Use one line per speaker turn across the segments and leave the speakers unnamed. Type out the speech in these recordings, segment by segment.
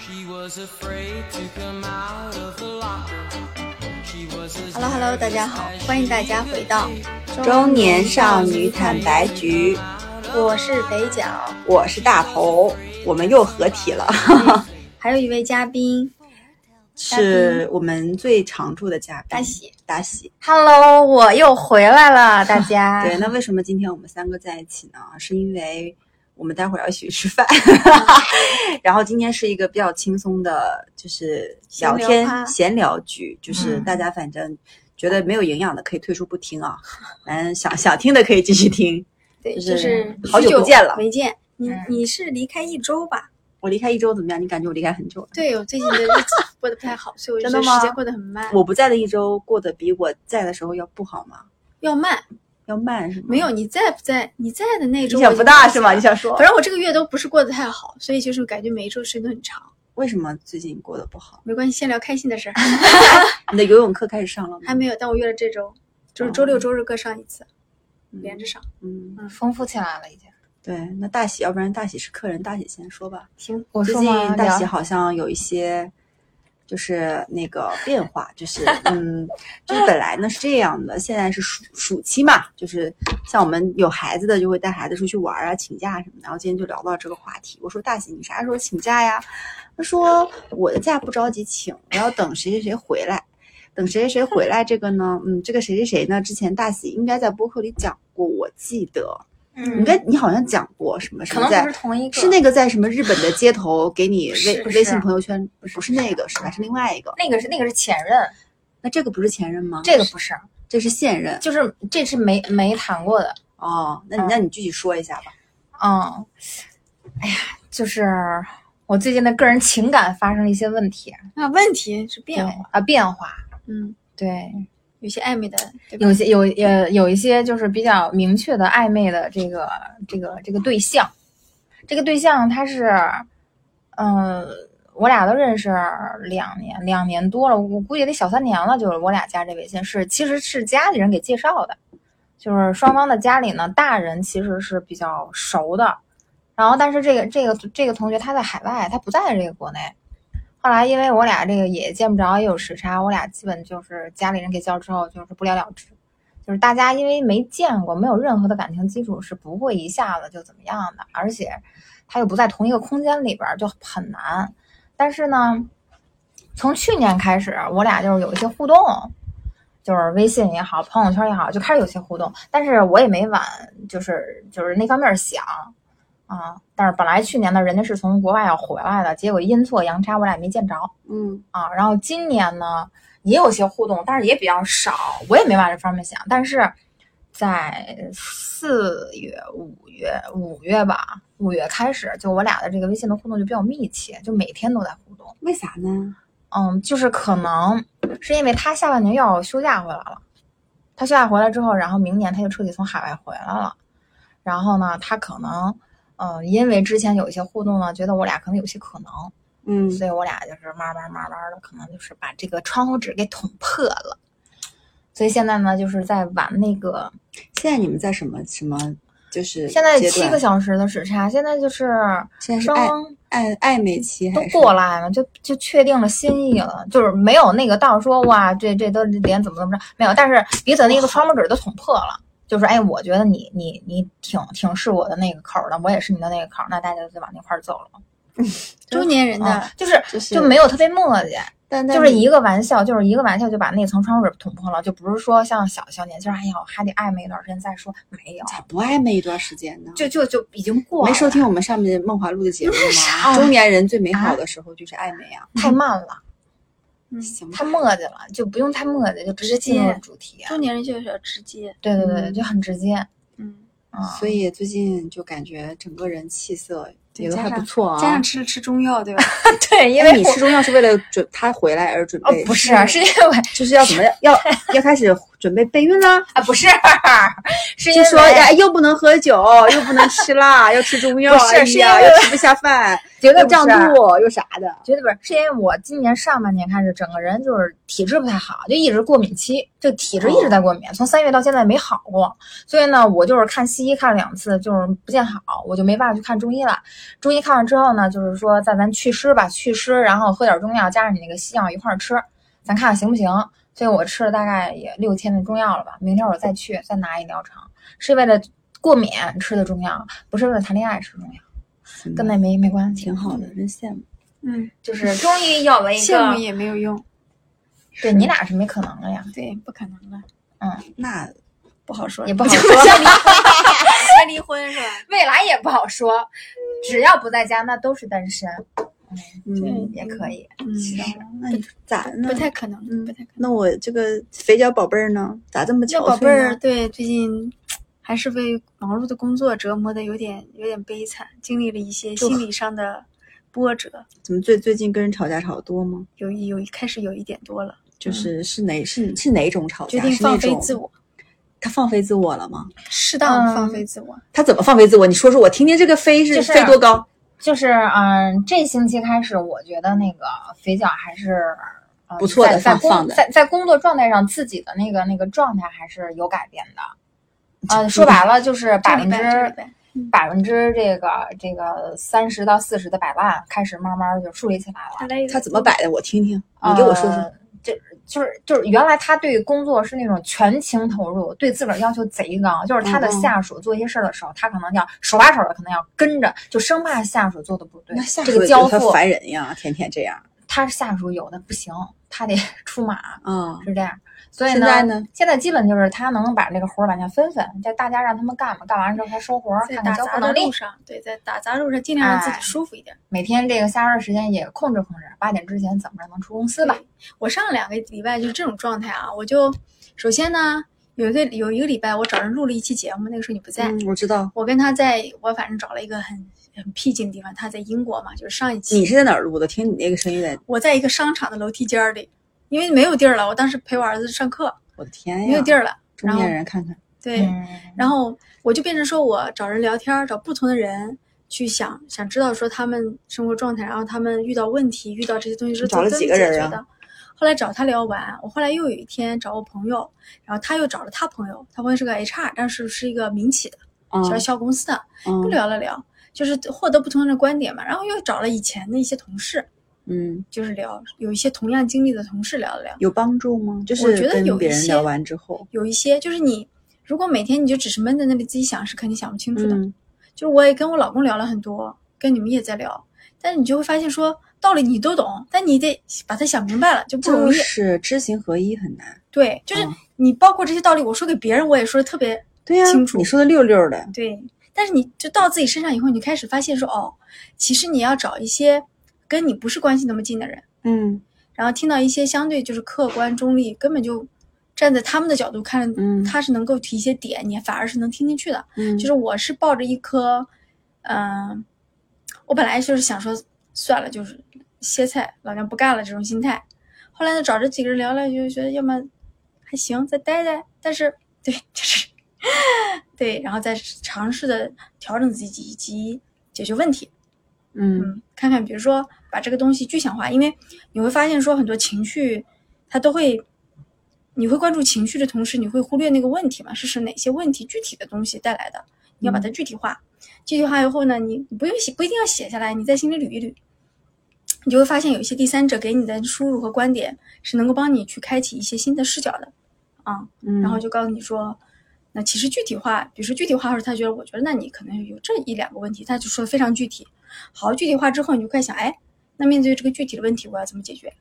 She was afraid to come out of the locker. She was as
Hello Hello，大家好，欢迎大家回到
中年少女坦白局，
我是北角，
我是大头，我们又合体了，
还有一位嘉宾
是我们最常驻的嘉宾
大喜。
大喜。
Hello，我又回 来了，大
啊
家。
对，那为什么今天我们三个在一起呢？是因为我们待会儿要一起 吃饭，然后今天是一个比较轻松的，就是
闲
聊
聊
天
趴
闲聊局，就是
嗯
大家反正觉得没有营养的可以退出不听啊，嗯，想想听的可以继续听。
对，
就
就是是
好久不见了
没见你
嗯，
你是离开一周吧？
我离开一周怎么样？你感觉我离开很久了？
对，我最近的日子 过得不太好，所以我
真的吗
过得很慢
我不在的一周过得比我在的时候要不好吗？
要慢。
要慢是吗？
没有，你在不在？你在的那
你
周
想
我
不
就
大
记
是吗？
得
你想说
反正我这个月都不是过得太好，所以就是感觉每一周时间都很长。
为什么最近过得不好？
没关系，先聊开心的事儿。
你的游泳课开始上了吗？
还没有，但我约了这周，就是周六周日各上一次，连着上。
嗯，
丰富起来了，已经。
对，那大喜，要不然大喜是客人，大喜先说吧。
行，我
最
说
近
嘛，
大喜
聊
好像有一些，就是那个变化， 就是嗯，就是本来呢是这样的，现在是暑暑期嘛，就是像我们有孩子的就会带孩子出去玩啊、请假什么的。然后今天就聊到这个话题，我说大喜，你啥时候请假呀？他说我的假不着急请，我要等谁谁谁回来。等谁谁谁回来，这个呢，嗯，这个谁谁谁呢？之前大喜应该在播客里讲过，我记得，
嗯
应该你好像讲过什么什
可
么
能
在
不是同一个，
是那个在什么日本的街头给你微
是
微信
是
朋友圈，不是那个是吧？是另外一个。
那个是那个是前任，
那这个不是前任吗？
这个不是，
这是现任
就是这是没没谈过的。
哦。那你
嗯
那你具体说一下吧。
嗯，哎呀，就是我最近的个人情感发生了一些问题，
那问题是
对
变化，
啊变化，
嗯，
对，
有些暧昧的，对吧？
有些有呃有一些就是比较明确的暧昧的这个这个这个对象，这个对象他是，嗯、我俩都认识两年两年多了，我估计得小三年了，就是我俩加这微信是其实是家里人给介绍的，就是双方的家里呢大人其实是比较熟的，然后但是这个这个这个同学他在海外，他不在这个国内。后来因为我俩这个也见不着，也有时差，我俩基本就是家里人给叫之后就是不了了之，就是大家因为没见过，没有任何的感情基础，是不会一下子就怎么样的，而且他又不在同一个空间里边儿，就很难。但是呢，从去年开始，我俩就是有一些互动，就是微信也好，朋友圈也好，就开始有些互动，但是我也没往就是就是那方面想。啊、但是本来去年呢，人家是从国外要回来的，结果阴错阳差，我俩没见着。
嗯，
啊，然后今年呢也有些互动，但是也比较少，我也没往这方面想。但是在四月、五月、五月吧，五月开始，就我俩的这个微信的互动就比较密切，就每天都在互动。
为啥呢？
嗯，就是可能是因为他下半年又要休假回来了，他休假回来之后，然后明年他就彻底从海外回来了，然后呢，他可能。嗯，因为之前有一些互动呢，觉得我俩可能有些可能，
嗯
所以我俩就是慢慢慢慢的，可能就是把这个窗户纸给捅破了。所以现在呢，就是在玩那个，
现在你们在什么什么？就是
现在
阶
七
段
个小时的时差，现在就是
现在是
双
暧
方
暧暧昧期
都
还是
过来了，就就确定了心意了，就是没有那个到说哇，这这都连怎么怎么着没有，但是彼此那个窗户纸都捅破了，就是哎，我觉得你你你挺挺是我的那个口儿的，我也是你的那个口儿，那大家就往那块儿走了。
中年人
哦
的
啊，就是
就是
就没有特别磨叽，
但但
就是一个玩笑，就是一个玩笑就把那层窗户纸捅破了，就不是说像小小年轻，哎呀，我还得暧昧一段时间再说，没有，
咋不暧昧一段时间呢？
就就就已经过了，
没收听我们上面梦华录的节目吗？
啊
中年人最美好的时候就是暧昧啊！
太慢了，
嗯
行吧，
太磨叽了，就不用太磨叽，就直接进入主题。啊
中年人就是要直接，
对对对，就很直接，
嗯，
嗯，
所以最近就感觉整个人气色
对
也都
加
还不
上
错
加
啊
上。吃了吃中药，对 吧？
对，因
哎
为
你
我
吃中药是为了准他回来而准
哦
备？
不是，是因为
就是要怎么要要开始准备备孕啦，
啊， 不是，是因
就
为
说哎，又不能喝酒，又不能吃辣，要吃中药，
不是
哎
是
呀
因为
又吃不下饭，
绝对
又
不是啊
胀肚，又啥的。
绝对不是，是因为我今年上半年开始，整个人就是体质不太好，就一直过敏期，这体质一直在过
哦
敏，从三月到现在没好过。所以呢，我就是看西医看了两次，就是不见好，我就没办法去看中医了。中医看完之后呢，就是说在咱祛湿吧，祛湿，然后喝点中药，加上你那个西药一块儿吃，咱看看行不行。所以我吃了大概也六天的中药了吧，明天我再去再拿一疗程，是为了过敏吃的中药，不是为了谈恋爱吃中药，跟那没没关系，
挺好的，真羡慕。
嗯，
就是终于有了一
羡
个
慕，也没有用，
对你俩是没可能了呀，
对，不可能的，
那
不好说，
也 不好说，
该离 婚是吧？
未来也不好说，只要不在家，那都是单身，
嗯，
也可以。
嗯，
那你咋呢
不？太可能，
嗯
不太可能。
那我这个肥脚宝贝儿呢？咋这么
这
憔悴
宝贝儿
呢，
对最近还是被忙碌的工作折磨的有点有点悲惨，经历了一些心理上的波折，
怎么最最近跟人吵架吵得多吗？
有一有一开始有一点多了，
嗯
就是是哪是是哪种吵架？
决定
是那
放飞
种
自我，
他放飞自我了吗？
适当地
嗯
放飞自我。
他怎么放飞自我？你说说我听听，这个飞是
就是
飞多高？
就是嗯、这星期开始，我觉得那个肥脚还是。嗯
不错的
在在
放放
工
的
在在工作状态上，自己的那个那个状态还是有改变的。呃，说白了就是百
这
分
礼拜
之
这礼拜
百分之这个这个三十到四十的摆烂开始慢慢就树立起来了。
他累了
他怎么摆的？我听听，
啊
你给我说说。
呃这就是就是原来他对工作是那种全情投入，对自个儿要求贼高。就是他的
嗯嗯
下属做一些事儿的时候，他可能要手把手的，可能要跟着，就生怕下属做的不对
那。下
这
属
个
也
交
觉得
付
他，烦人呀，天天这样
他是下属有的不行，他得 出马，
啊。
是这样。所以
现在呢，
现在基本就是他能把这个活儿往下分分，叫大家让他们干吧，干完之后他收活儿，
在
看
打
看交
杂
付
的
能力
路。上，对，在打杂路上尽量让自己
哎
舒服一点。
每天这个下班儿时间也控制控制，八点之前怎么着能出公司吧？
我上两个礼拜就是这种状态啊，我就首先呢，有一个有一个礼拜我找人录了一期节目，那个时候你不在，
嗯，我知道。
我跟他在我反正找了一个很很僻静的地方，他在英国嘛，就是上一期
你是在哪儿录的？听你那个声音在，
我在一个商场的楼梯间儿里，因为没有地儿了，我当时陪我儿子上课，
我的天呀！
没有地
儿，
儿了，
中
然后
年人看看，
对，
嗯，
然后我就变成说我找人聊天儿，找不同的人去想想知道说他们生活状态，然后他们遇到问题、遇到这些东西是
你找了
怎么
几个人啊
解决的。后来找他聊完，我后来又有一天找我朋友，然后他又找了他朋友，他朋友是个 HR，但是是一个民企的
嗯
小小公司的，又
嗯
聊了聊，就是获得不同的观点嘛。然后又找了以前的一些同事，
嗯，
就是聊有一些同样经历的同事聊了聊，
有帮助吗？就是
我觉得有
跟
一
别人
些
聊完之后，
有一些就是你如果每天你就只是闷在那里自己想，是肯定想不清楚的。
嗯，
就是我也跟我老公聊了很多，跟你们也在聊，但是你就会发现说道理你都懂，但你得把它想明白了就不容
就
易。
是知行合一很难。
对，就是
嗯
你包括这些道理，我说给别人我也说的特别
对呀
清，楚
你说的溜溜的，
对，但是你就到自己身上以后，你开始发现说哦，其实你要找一些跟你不是关系那么近的人，
嗯
然后听到一些相对就是客观中立，根本就站在他们的角度看，
嗯
他是能够提一些点，你反而是能听进去的。
嗯，
就是我是抱着一颗，嗯、我本来就是想说算了，就是歇菜，老娘不干了这种心态。后来呢，找这几个人聊聊，就觉得要么还行，再待待，但是对， 就是对，然后再尝试的调整自己以及解决问题，
嗯
嗯，看看比如说把这个东西具象化，因为你会发现说很多情绪它都会。你会关注情绪的同时，你会忽略那个问题嘛？是是哪些问题具体的东西带来的？你要把它具体化。具体化以后呢，你你不用写，不一定要写下来，你在心里捋一捋，你就会发现有一些第三者给你的输入和观点是能够帮你去开启一些新的视角的，啊，
嗯，
然后就告诉你说，那其实具体化，比如说具体化的时候，他觉得我觉得那你可能有这一两个问题，他就说的非常具体。好，具体化之后，你就快想，哎，那面对这个具体的问题，我要怎么解决？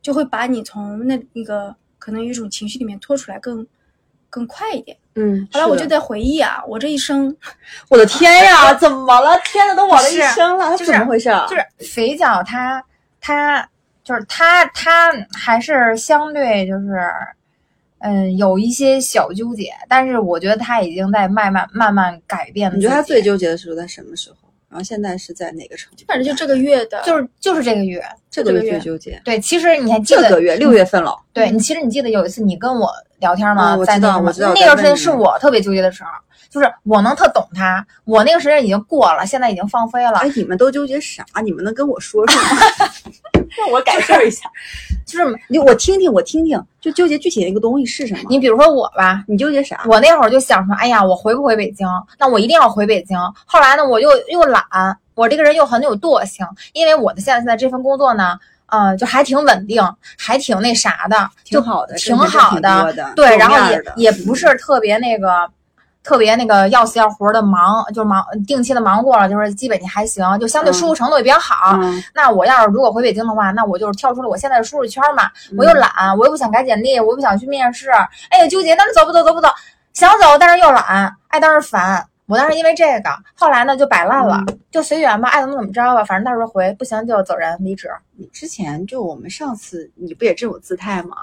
就会把你从那那个可能有一种情绪里面拖出来更更快一点。
嗯，
后来
是
我
的
就在回忆啊，我这一生
我的天呀，怎么了？天呐，都我的一
不是
生了，他
就是
怎么回事啊？
就是肥脚他他就是他他还是相对就是嗯有一些小纠结，但是我觉得他已经在慢慢慢慢改变。
你觉得他最？纠结的是在什么时候？然后现在是在哪个城？
反正就这个月的，
就是就是这个月。
这
这
个
个
月
月
最纠结。
对，其实你还记
这
得
个月六月份了，
对你，其实你记得有一次你跟我聊天吗？
嗯我
在
知
那
道
个
我
吗
知道
那
在问
段时间
你
是我特别纠结的时候，就是我能特懂他，我那个时间已经过了，现在已经放飞了
哎，，你们都纠结啥？你们能跟我说说吗？
那我改正一下。就是
你我听听，我听听，就纠结具体那个东西是什么？
你比如说我吧，
你纠结啥？
我那会儿就想说，哎呀，我回不回北京？那我一定要回北京。后来呢，我又又懒，我这个人又很有惰性，因为我的现在现在这份工作呢，呃，就还挺稳定，还挺那啥的，
挺
就
好的，
挺
挣钱
好
挺
的
多的，
对，
有
然后
面儿
也
的嗯
也不是特别那个，特别那个要死要活的忙，就是忙定期的忙过了，就是基本你还行，就相对
嗯
舒服程度也比较好。
嗯
那我要是如果回北京的话，那我就是跳出了我现在的舒适圈嘛，我又
嗯
懒，我又不想改简历，我又不想去面试，哎呀纠结，那走不走走不走，想走但是又懒，哎当时烦。我当时因为这个，后来呢就摆烂了，
嗯
就随缘吧，爱怎么怎么着吧，反正到时候回不行就走人离职。
你之前就我们上次你不也这种姿态吗？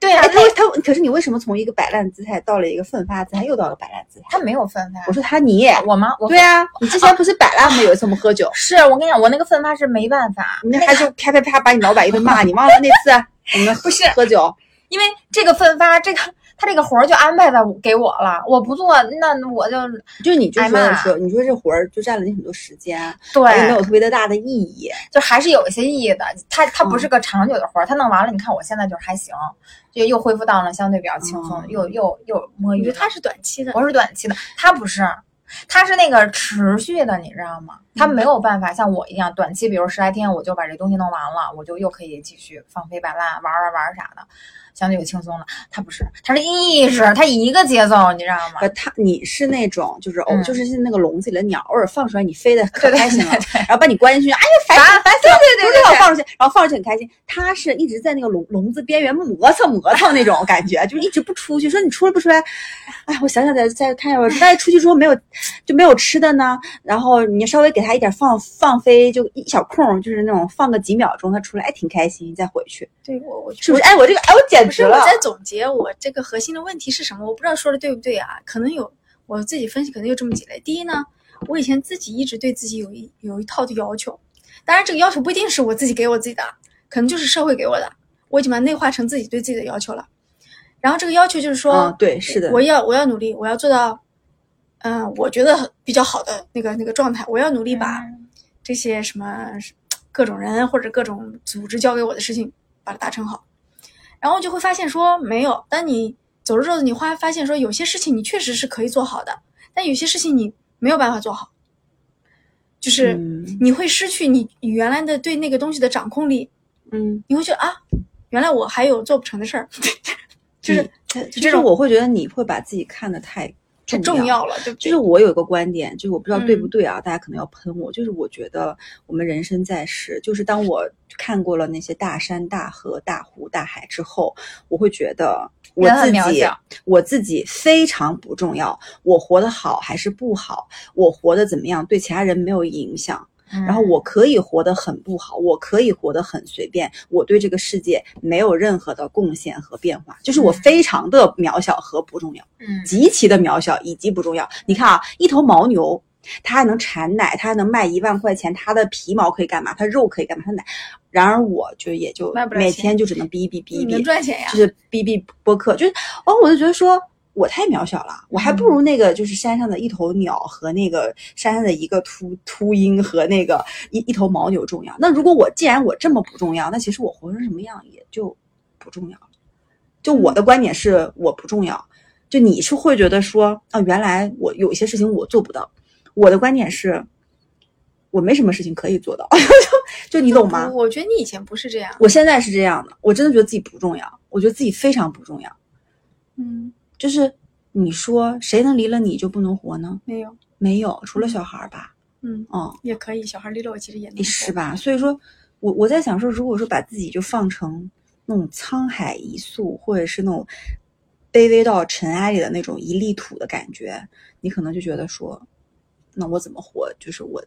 对呀、
哎，
他
他他，可是你为什么从一个摆烂姿态到了一个奋发姿态，又到了摆烂姿态？
他没有分发
我，说他你，
我吗？我
对啊，你之前不是摆烂吗？有一次我们喝酒，
是我跟你讲，我那个奋发是没办法，
你那还就啪啪啪把你老板一顿骂，你忘了那次我们不是喝酒，
因为这个奋发，这个他这个活儿就安排在我给我了，我不做，那我就
就你就
挨
说
骂
说，你说这活儿就占了你很多时间，也没
对，
有特别的大的意义。
就还是有一些意义的。他他不
嗯
是个长久的活儿，他弄完了，你看我现在就是还行，就又恢复到了相对比较轻松，
哦
又又又摸
我觉
鱼
得
了。
他是短期的，
我是短期的，他不是。他是那个持续的，你知道吗？他
嗯
没有办法像我一样短期，比如十来天，我就把这东西弄完了，我就又可以继续放飞摆烂、玩玩玩啥的，相对就轻松了。他不是，他是意识，他一个节奏，你知道吗
呃，？他你是那种就是偶、
嗯
就是那个笼子里的鸟，偶尔放出来你飞的可
对对
开心了，
对对
然后把你关进去，哎呀烦
烦
死了烦死了，
对对对对
不是我放出去，然后放出去很开心。他是一直在那个笼笼子边缘磨蹭磨蹭那种感觉，就是一直不出去，说你出来不出来？哎，我想想再再看一会儿，
哎
万一出去之后没有就没有吃的呢？然后你稍微给他一点放放飞，就一小空，就是那种放个几秒钟，他出来哎挺开心，再回去
对我我
是不是？哎，我这个哎我简
不
直
是我
了，
在总结我这个核心的问题是什么？我不知道说的对不对啊？可能有我自己分析，可能有这么几类。第一呢，我以前自己一直对自己有一有一套的要求，当然这个要求不一定是我自己给我自己的，可能就是社会给我的，我已经把它内化成自己对自己的要求了。然后这个要求就是说，
嗯对是的
我要我要努力，我要做到，嗯、我觉得比较好的那个那个状态，我要努力把
嗯
这些什么各种人或者各种组织交给我的事情，把它达成好。然后就会发现说没有，当你走着走着，你会发现说有些事情你确实是可以做好的，但有些事情你没有办法做好，就是
嗯
你会失去你你原来的对那个东西的掌控力，
嗯。
你会觉得啊，原来我还有做不成的事儿， 就是呃
你
就
就
这
是
种
我会觉得你会把自己看得太
太
重
重要了，对不对
就是？我有一个观点，就是我不知道对不
嗯
对啊，大家可能要喷我。就是我觉得我们人生在世，就是当我看过了那些大山、大河、大湖、大海之后，我会觉得我
人
自
很渺
己
小
我自己非常不重要，我活得好还是不好，我活得怎么样，对其他人没有影响。
嗯
然后我可以活得很不好，我可以活得很随便，我对这个世界没有任何的贡献和变化，就是我
嗯
非常的渺小和不重要，
嗯
极其的渺小以及不重要。你看啊，一头牦牛，它还能产奶，它还能卖一万块钱，它的皮毛可以干嘛？它肉可以干嘛？它奶。然而我就也就
卖不了
每
钱
天就只能哔哔哔
你能
哔，
赚钱呀
就？是哔哔播客，就是哦，我就觉得说。我太渺小了，我还不如那个就是山上的一头鸟和那个山上的一个秃秃鹰和那个一一头牦牛重要。那如果我既然我这么不重要，那其实我活成什么样也就不重要了。就我的观点是我不重要，就你是会觉得说啊，原来我有一些事情我做不到。我的观点是，我没什么事情可以做到， 就就你懂吗？
我我觉得你以前不是这样，
我现在是这样的，我真的觉得自己不重要，我觉得自己非常不重要。
嗯，
就是你说谁能离了你就不能活呢？
没有，
没有，除了小孩儿吧，
嗯，
嗯，
也可以。小孩离了我其实也能
是
活
吧？所以说我我在想说，如果说把自己就放成那种沧海一粟，或者是那种卑微到尘埃里的那种一粒土的感觉，你可能就觉得说，那我怎么活？就是我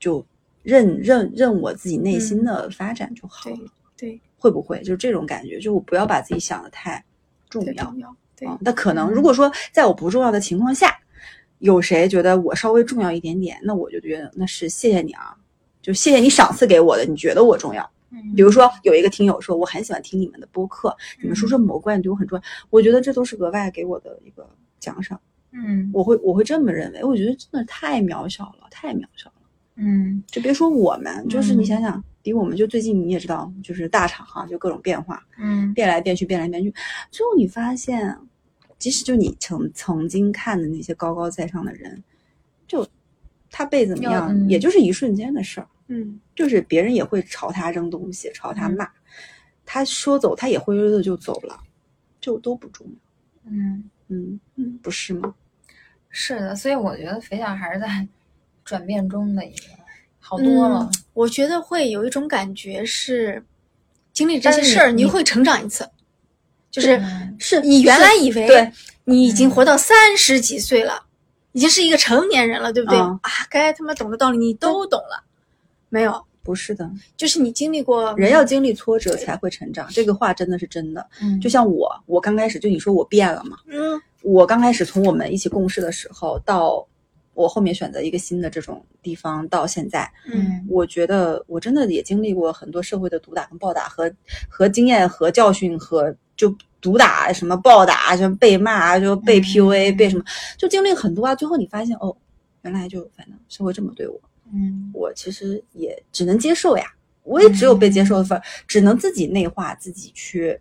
就任任任我自己内心
嗯
的发展就好了。
对对
会不会就是这种感觉？就我不要把自己想的太重
对
要
重。要对
嗯，那可能
嗯
如果说在我不重要的情况下，有谁觉得我稍微重要一点点，那我就觉得那是谢谢你啊，就谢谢你赏赐给我的，你觉得我重要。
嗯
比如
嗯
说有一个听友说，我很喜欢听你们的播客，你们说说某个观点对我很重要，我觉得这都是额外给我的一个奖赏，
嗯
我会我会这么认为，我觉得真的太渺小了，太渺小了。
嗯
就别说我们，就是你
嗯
想想，比我们就最近你也知道，就是大厂哈、就各种变化，
嗯
变来变去，变来变去，最后你发现，即使就你曾曾经看的那些高高在上的人，就他被怎么
要
样，
嗯
也就是一瞬间的事儿，
嗯，
就是别人也会朝他扔东西，朝他
嗯
骂，他说走，他也灰溜溜的就走了，就都不重要，
嗯，
嗯嗯，不是吗？
是的，所以我觉得肥皂还是在 转变中的一个，好多了。
嗯我觉得会有一种感觉是，经历这
但
些
是
事儿，
你
你会成长一次，就是
嗯
是你原来以为
对
你已经
嗯
活到三十几岁了，已经是一个成年人了，对不对？
嗯
啊，该他妈懂的道理你都懂了，没有？
不是的，
嗯
就是你经历过，
人要经历挫折才会成长，这个话真的是真的。
嗯，
就像我，我刚开始就你说我变了嘛，
嗯
我刚开始从我们一起共事的时候到我后面选择一个新的这种地方，到现在，
嗯
嗯
我觉得我真的也经历过很多社会的毒打跟暴打和和经验和教训和就毒打什么暴打就被骂啊就被
嗯
PUA、被什么就经历很多啊，最后你发现哦，原来就反正社会这么对我，
嗯
我其实也只能接受呀，我也只有被接受的份儿，只能自己内化，自己去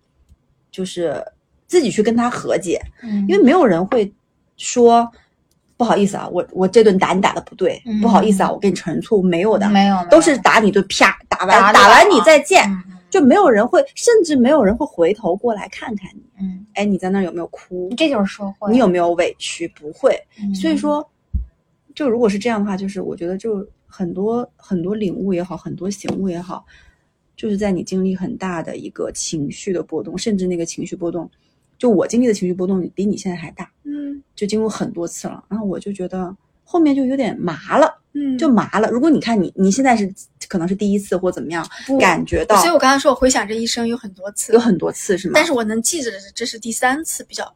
就是自己去跟他和解。
嗯，
因为没有人会说不好意思啊，我我这顿打你打的不对，
嗯
不好意思啊，我给你承认错误，没有的，
没有没有
都是打你顿啪打完
打
打
就打
完你再见，
嗯
就没有人会，甚至没有人会回头过来看看你，
嗯，
哎，你在那儿有没有哭
嗯，这就是社会。
你有没有委屈？不会，
嗯，
所以说，就如果是这样的话，就是我觉得就很多很多领悟也好，很多醒悟也好，就是在你经历很大的一个情绪的波动，甚至那个情绪波动，就我经历的情绪波动比你现在还大。
嗯
就经过很多次了，然后我就觉得后面就有点麻了，
嗯，
就麻了。如果你看你你现在是可能是第一次或怎么样，
不
感觉到
所以我刚才说，我回想这一生有很多次，
有很多次是吗？
但是我能记着的是，这是第三次比较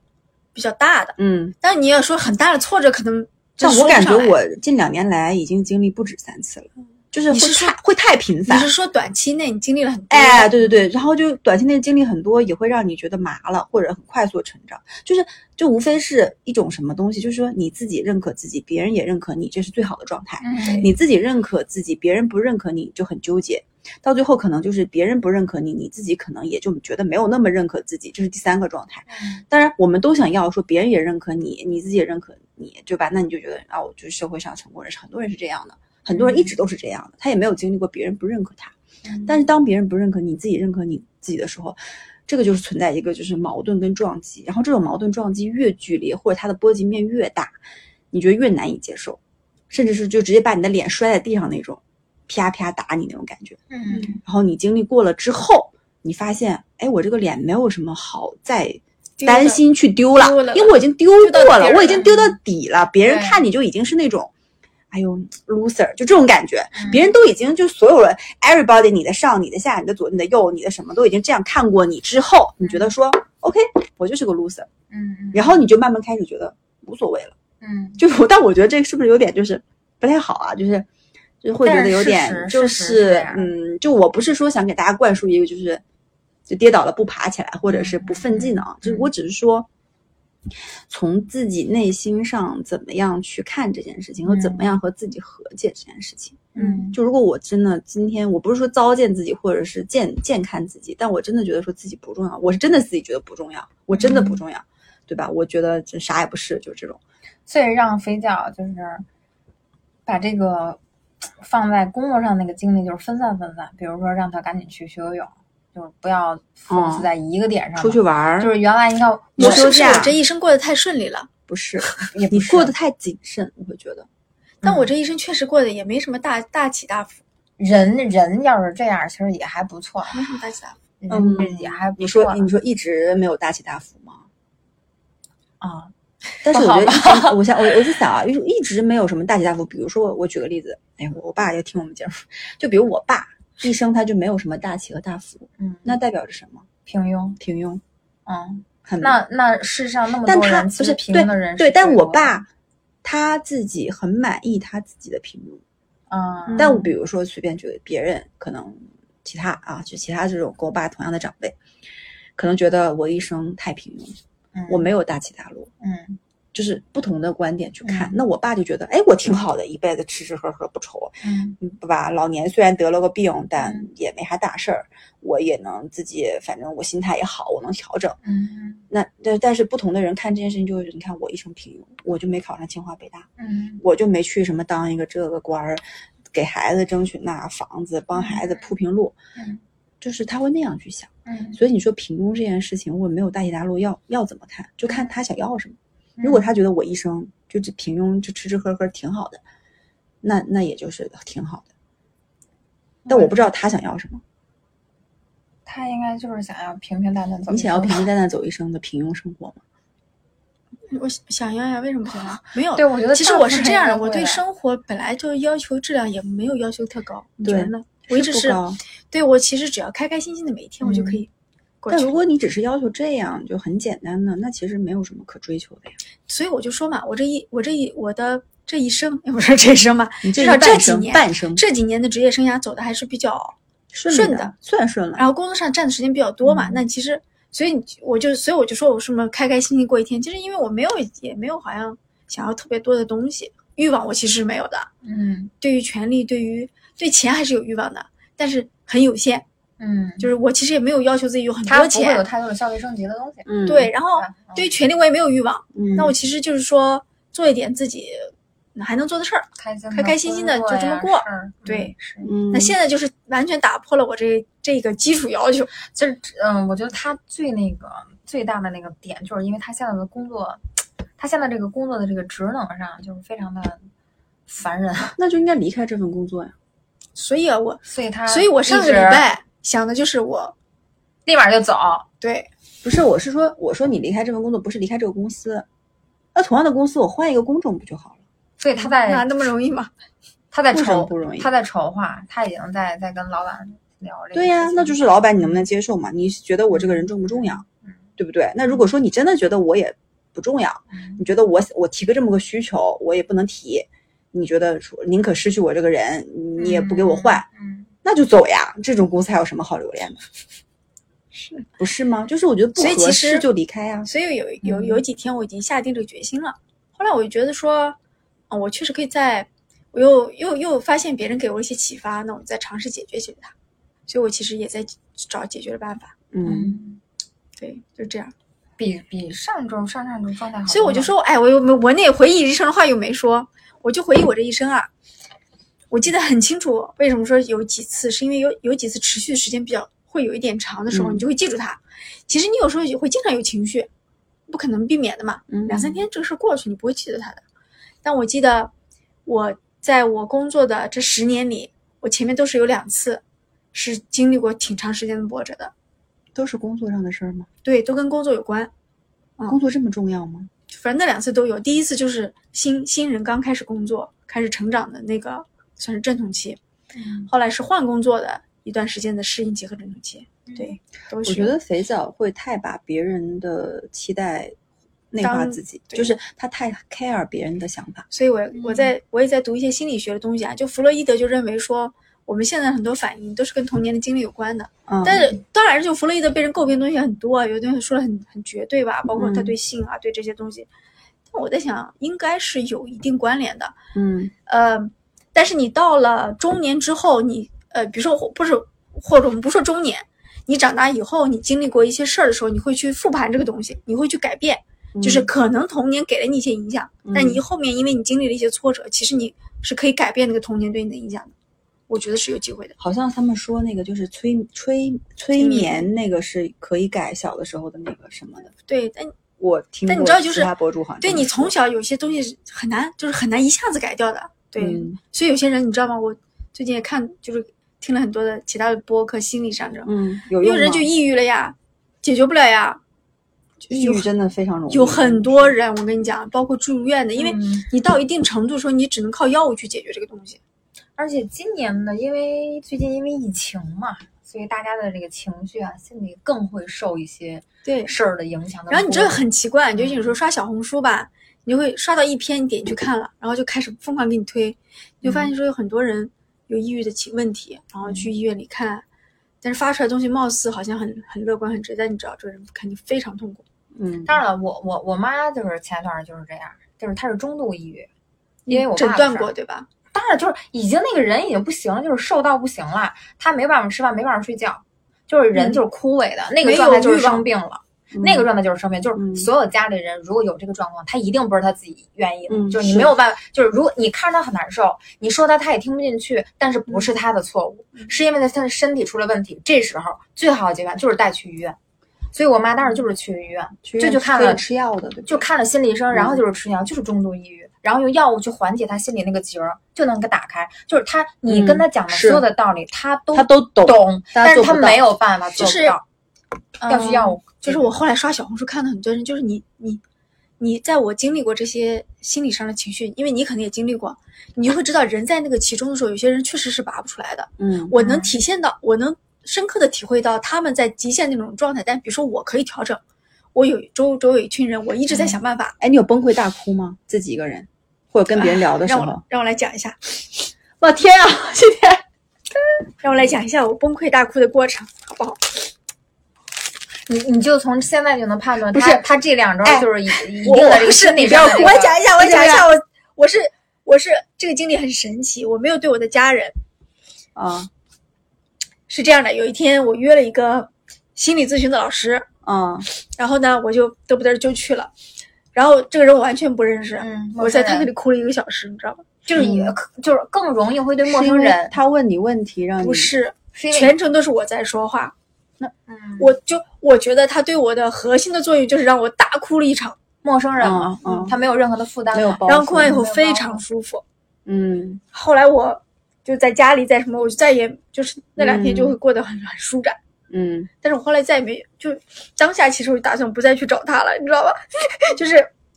比较大的。
嗯，
但你要说很大的挫折，可能真
但
说
我
不
感觉
上来
我近两年来已经经历不止三次了，就是
你
会
是说
太会太频
你
繁
是。说短期内你经历了很多，
哎，对对对，然后就短期内经历很多，也会让你觉得麻了，或者很快速地成长，就是就无非是一种什么东西，就是说你自己认可自己，别人也认可你，这是最好的状态。
嗯
你自己认可自己，别人不认可你就很纠结，到最后可能就是别人不认可你，你自己可能也就觉得没有那么认可自己，这是第三个状态。当然，我们都想要说别人也认可你，你自己也认可你，对吧？那你就觉得啊，我就是社会上成功人士，很多人是这样的，很多人一直都是这样的，他也没有经历过别人不认可他。
嗯
但是当别人不认可你自己认可你自己的时候，这个就是存在一个就是矛盾跟撞击，然后这种矛盾撞击越剧烈，或者它的波及面越大，你觉得越难以接受，甚至是就直接把你的脸摔在地上那种，啪啪打你那种感觉。
嗯
然后你经历过了之后，你发现，哎，我这个脸没有什么好再
丢的
担心去丢了，
丢了
因为我已经丢
丢到
过了
底儿，
我已
了嗯
经丢到底了，别人
对
看你就已经是那种。哎呦，loser 就这种感觉，
嗯
别人都已经就所有人，everybody，你的上，你的下，你的左，你的右，你的什么都已经这样看过你之后，你觉得说，OK，我就是个 loser，
嗯，
然后你就慢慢开始觉得无所谓了。
嗯，
就是我，但我觉得这个是不是有点就是不太好啊？就是就是会觉
但
得
是
有
事
点
实
就
事实是这
是
样
嗯，就我不是说想给大家灌输一个就是就跌倒了不爬起来或者是
嗯
不奋进的啊，就是我只是说从自己内心上怎么样去看这件事情和怎么样和自己和解这件事情。
嗯
就如果我真的今天我不是说糟践自己或者是健健看自己，但我真的觉得说自己不重要，我是真的自己觉得不重要，我真的不
嗯
重要，对吧？我觉得这啥也不是，就这种。
所以让肥皂就是把这个放在工作上那个精力就是分散分散，比如说让他赶紧去学游泳，就是不要 focus 在一个点上了、
哦出去玩儿，
啊就是原来你看
你
我
是不是
休假
我这一生过得太顺利了？
不是，
也不
你
是
过得太谨慎，我会觉得，
但
嗯
我这一生确实过得也没什么大大起大伏，
人人要是这样，其实也还不错了，
没什么大起大伏。
人也还不
你说
错了
你说一直没有大起大伏吗？
啊，
但是我
不好
觉得一直，我想我我就想啊，一直没有什么大起大伏。比如说我我举个例子，哎，我我爸也听我们节目，就比如我爸一生他就没有什么大起和大伏，
嗯，
那代表着什么？
平庸，
平庸，
嗯，
很
那那世上那么
但
多
他
人，
不
其
是
实平庸的人
对，
是
但
最
我
多的
爸他自己很满意他自己的屏幕。
嗯，
但我比如说随便举个别人，可能其他啊，就其他这种跟我爸同样的长辈，可能觉得我一生太平庸，
嗯
我没有大起大落，
嗯
就是不同的观点去看。
嗯
那我爸就觉得，哎，我挺好的，一辈子吃吃喝喝不愁，
嗯
嗯对吧？老年虽然得了个病，但
嗯
也没啥大事儿，我也能自己，反正我心态也好，我能调整。
嗯
那但但是不同的人看这件事情，就是你看我一生平庸，我就没考上清华北大，
嗯
我就没去什么当一个这个官儿，给孩子争取那房子，帮孩子铺平路，
嗯
就是他会那样去想。
嗯，
所以你说平庸这件事情，我没有大起大落，要要怎么看？就看他想要什么。
嗯
如果他觉得我一生就只平庸，就吃吃喝喝挺好的，那那也就是挺好的。但
嗯
我不知道他想要什么。
嗯他应该就是想要平平淡淡走一生。
你想要平平淡淡走一生的平庸生活吗？
我想想要呀，为什么不想要？没有，
对，我觉得
其实
大部
我
分
是这样的，
人
我
会
对
的
生活本来就要求质量也没有要求特高，你觉
对
得呢？我一直
不
是
高嗯
对我其实只要开开心心的每一天，我就可以过
但
去。
如果你只是要求这样，就很简单的，那其实没有什么可追求的呀。
所以我就说嘛，我这一我这一我的这一生， 也不是这一生嘛，
你
至
这
少这
是半
几
生，
年
半生
这几年的职业生涯走的还是比较，
顺
顺
利
的啊
的，算顺了。
然后工作上占的时间比较多嘛。
嗯
那其实，所以你我就所以我就说我什么开开心心过一天，其实因为我没有也没有好像想要特别多的东西，欲望我其实是没有的。
嗯
对于权力，对于对钱还是有欲望的，但是很有限。
嗯，
就是我其实也没有要求自己有很
他
多
不会
钱
有，太多的消费升级的东西。
嗯，
对。，然后
吧嗯
对于权力我也没有欲望，
嗯、
那我其实就是说做一点自己还能做的事儿。
开心
开开心心的就这么过
工作呀。事儿
对，
是
嗯，
那现在就是完全打破了我这这个基础要求。
其实嗯，我觉得他最那个最大的那个点，就是因为他现在的工作，他现在这个工作的这个职能上，就是非常的烦人，
那就应该离开这份工作呀。
所以啊，我
所以他
所以我上个
一
礼
直
拜想的就是我
立马就走。
对
不是，我是说，我说你离开这份工作，不是离开这个公司。那同样的公司，我换一个工种不就好了？
所以他在
哪那么容易嘛？
他在
为什
筹
么不容易
他在筹划，他已经在在跟老板聊这个事情。
对呀、那就是老板你能不能接受嘛？你觉得我这个人重不重要
嗯，
对不对？那如果说你真的觉得我也不重要，
嗯
你觉得我我提个这么个需求，我也不能提，你觉得说宁可失去我这个人，你也不给我换，。
嗯，
那就走呀！这种公司还有什么好留恋的？
是，
不是吗？就是我觉得不
所以其
合
实
适就离开呀、
所以有有
嗯
有几天我已经下定这个决心了。后来我就觉得说，啊，我确实可以在，我又又又发现别人给我一些启发，那我再尝试解决解决它。所以我其实也在找解决的办法。
嗯，
嗯，
对，就这样。
比比上周上上周状态好多了。
所以我就说，哎，我又没我那回忆人生的话又没说，我就回忆我这一生啊。我记得很清楚，为什么说有几次，是因为有有几次持续的时间比较会有一点长的时候，
嗯
你就会记住它。其实你有时候也会经常有情绪，不可能避免的嘛。
嗯
两三天这个事儿过去，你不会记得它的。但我记得我在我工作的这十年里，我前面都是有两次是经历过挺长时间的波折的，
都是工作上的事儿吗？
对，都跟工作有关。嗯
工作这么重要吗？
反正那两次都有。第一次就是新新人刚开始工作、开始成长的那个，算是阵痛期。
嗯，
后来是换工作的一段时间的适应期和阵痛期。对，都
嗯我
是
觉得肥皂会太把别人的期待内化
当
自己，
对
就是他太 care 别人的想法。
所以我我在我也在读一些心理学的东西啊。就弗洛伊德就认为说，我们现在很多反应都是跟童年的经历有关的。
嗯，
但是当然，就弗洛伊德被人诟病的东西很多啊，有的东西说的很很绝对吧，包括他
嗯
对性啊，对这些东西。但我在想，应该是有一定关联的。
嗯
呃，但是你到了中年之后，你呃，比如说我不是，或者我们不说中年，你长大以后，你经历过一些事儿的时候，你会去复盘这个东西，你会去改变，就是
嗯
可能童年给了你一些影响，但你后面因为你经历了一些挫折，其实你是可以改变那个童年对你的影响的，我觉得是有机会的。
好像他们说那个就是催催
催
催
眠
眠那个是可以改小的时候的那个什么的，
对，但
我听
但你
过
知道就是
其他博主好像
对
这
你
么说
从小有些东西是很难，就是很难一下子改掉的。对，
嗯
所以有些人你知道吗？我最近也看，就是听了很多的其他的播客，心理上的，
嗯有
有
用
人
吗
就抑郁了呀，解决不了呀。
抑郁真的非常容易
有很多人，我跟你讲，包括住院的，因为
嗯
你到一定程度的时候，你只能靠药物去解决这个东西。
而且今年呢，因为最近因为疫情嘛，所以大家的这个情绪啊，心里更会受一些
对
事儿的影响的。
然后你这个很奇怪，你就有时候刷小红书吧，你就会刷到一篇，你点进去看了，然后就开始疯狂给你推，你就发现说有很多人有抑郁的情问题，然后去医院里看，但是发出来的东西貌似好像很很乐观很值，但你知道这个人肯定非常痛苦。
嗯，
当然了，我我我妈就是前一段儿就是这样，就是她是中度抑郁，因为我爸
诊
的
断
事儿
过对吧？
当然就是已经那个人已经不行了，就是瘦到不行了，他没办法吃饭，没办法睡觉，就是人
嗯
就是枯萎的、那
没
个
有
状态就是
欲望
生病了。
嗯
那个状态就是生病，就
嗯
是所有家里人如果有这个状况，他一定不是他自己愿意的，
嗯
就是你
是
没有办法，就是如果你看着他很难受，你说他他也听不进去，但是不
嗯
是他的错误，是因为他他的身体出了问题，这时候最好的解决就是带去医院，所以我妈当时就是去医院，
去
这
院
就是看
可以
了
嗯吃药的，对不
就
对
看了心理医生，
嗯
然后就是吃药，就是中度抑郁，然后用药物去缓解他心里那个结儿，就能给打开，就是他你跟他讲的
嗯是
所有的道理，他都
他都懂，
懂，
但
但
他
是
做
他
不到嗯
没有办法做
就是
不到，要去药物，
就是我后来刷小红书看到很多人，就是你你你，在我经历过这些心理上的情绪，因为你可能也经历过，你就会知道人在那个其中的时候，有些人确实是拔不出来的。
嗯
我能
嗯
体现到，我能深刻的体会到他们在极限那种状态，但比如说我可以调整。我有周周围有一群人，我一直在想办法。
哎，你有崩溃大哭吗？自己一个人，或者跟别人聊的时
让
候
我？让我来讲一下，
我天啊，今天
让我来讲一下我崩溃大哭的过程，好不好？
你你就从现在就能判断
不
他，
是
他这两周
哎
就是一一
我
定的这
不是
个心理
你
上的这个。
我讲一下，我
对
讲
对
一下，我我是我是这个经历很神奇，我没有对我的家人，
啊
是这样的，有一天我约了一个心理咨询的老师，
啊，
然后呢，我就嘚不嘚就去了，然后这个人我完全不认识，
嗯哎陌
我在
生
他那
人
里哭了一个小时，你知道吗？
就是也就是更容易会对陌
是因
生
为
人，
他问你问题，让你
不是，
是因为
全程都是我在说话，
嗯
我就我觉得他对我的核心的作用就是让我大哭了一场，
陌生人嘛，
嗯嗯
他没有任何的负担
没有
嘛，
包
然后哭完以
袱，
后
没有
非
帮
常
我
舒服。
嗯
后来我就在家里在什么，我就再也就是那两
嗯
天就会过得很、很舒展。
嗯
但是我后来再也没就当下其实我就打算不再去找他了，你知道吧？ 就是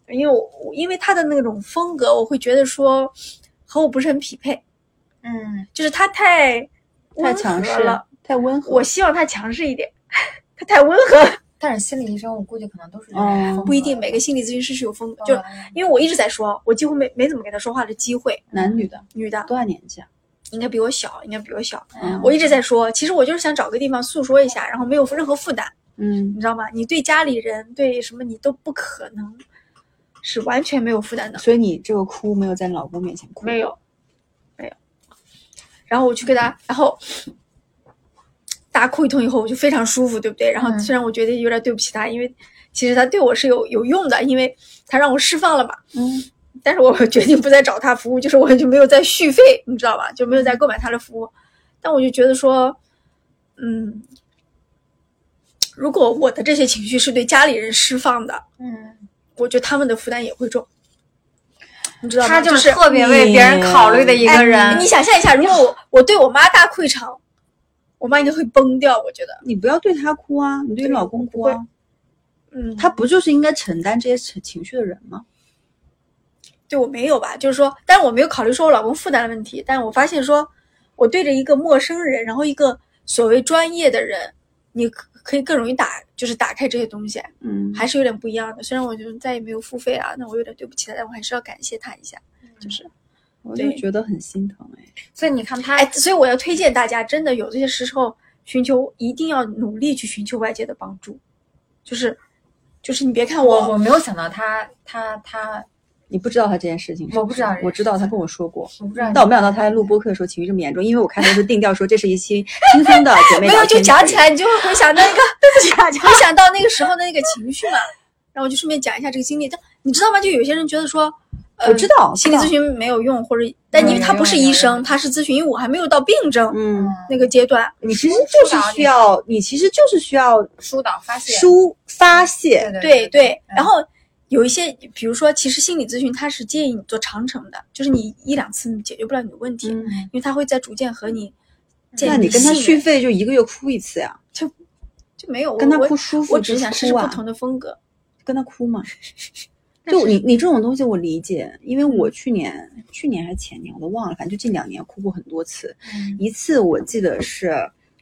因为我我因为他的那种风格，我会觉得说和我不是很匹配，
嗯，
就是他太
太
温
强
和
势
了，，
太温和，
我希望他强势一点， 他太温和了，
但是心理医生我估计可能都是这
哦
种风格
不一定每个心理咨询师是有风格，
嗯
就是因为我一直在说，我几乎没没怎么给他说话的机会，
男女的
女的
多大年纪啊？
应该比我小，应该比我小。
嗯
我一直在说，其实我就是想找个地方诉说一下，然后没有任何负担。
嗯
你知道吗？你对家里人对什么你都不可能是完全没有负担的，
所以你这个哭没有在老公面前哭，
没有，没有。然后我去给他，然后大哭一通以后，我就非常舒服，对不对？然后
嗯
虽然我觉得有点对不起他，因为其实他对我是有有用的，因为他让我释放了嘛。
嗯
但是我决定不再找他服务，就是我就没有再续费，你知道吧？就没有再购买他的服务。但我就觉得说，嗯，如果我的这些情绪是对家里人释放的，
嗯，
我觉得他们的负担也会重，你知道吗？
他就是
是
特别为别人考虑的一
哎
个人
你。想象一下，如果我我对我妈大哭一场，我妈应该会崩掉。我觉得，
你不要对他哭啊，你对
对
你老公哭啊
我，嗯，
他不就是应该承担这些情情绪的人吗？
对我没有吧？就是说，但是我没有考虑说我老公负担的问题，但是我发现说，我对着一个陌生人，然后一个所谓专业的人，你可可以更容易打，就是打开这些东西，
嗯，
还是有点不一样的。虽然我就再也没有付费啊，那我有点对不起他，但我还是要感谢他一下。就是，
我就
对
觉得很心疼哎。
所以你看他
哎，所以我要推荐大家，真的有这些时候寻求，一定要努力去寻求外界的帮助，就是，就是你别看
我我没有想到他他他，
你不知道他这件事情是是，
我不知道这件
我知道他跟我说过，
我不知道你
但我没想到他在录播客的时候情绪这么严重，因为我开头是定调说这是一期轻松的姐妹
没有
聊
就
天
讲起来，你就会回想到 一个，对不起大家，回想到那个时候的那个情绪嘛。然后我就顺便讲一下这个经历，但你知道吗？就有些人觉得说，呃，
我知道
心理
知道
咨询没有用，或者但
嗯没
因
有
为他不是
用没有
医生，
用
他是咨询，因为我还没有到病症
嗯，
那个阶段。
你其实就是需要，你其实就是需要
疏导发泄，
抒发泄，
对
对对
对，然
后
后有一些，比如说，其实心理咨询它是建议你做长程的，就是你一两次你解决不了你的问题，
嗯
因为它会在逐渐和你建
那
立
你跟他
信
续
任
费就一个月哭一次呀，
就没有我
跟他
我
哭舒服
我只
就是
想试试
哭
不
啊
同的风格。
跟他 哭嘛。就你你这种东西我理解，因为
嗯
我去年嗯去年还是前年我都忘了，反正就近两年哭过很多次。一次我记得是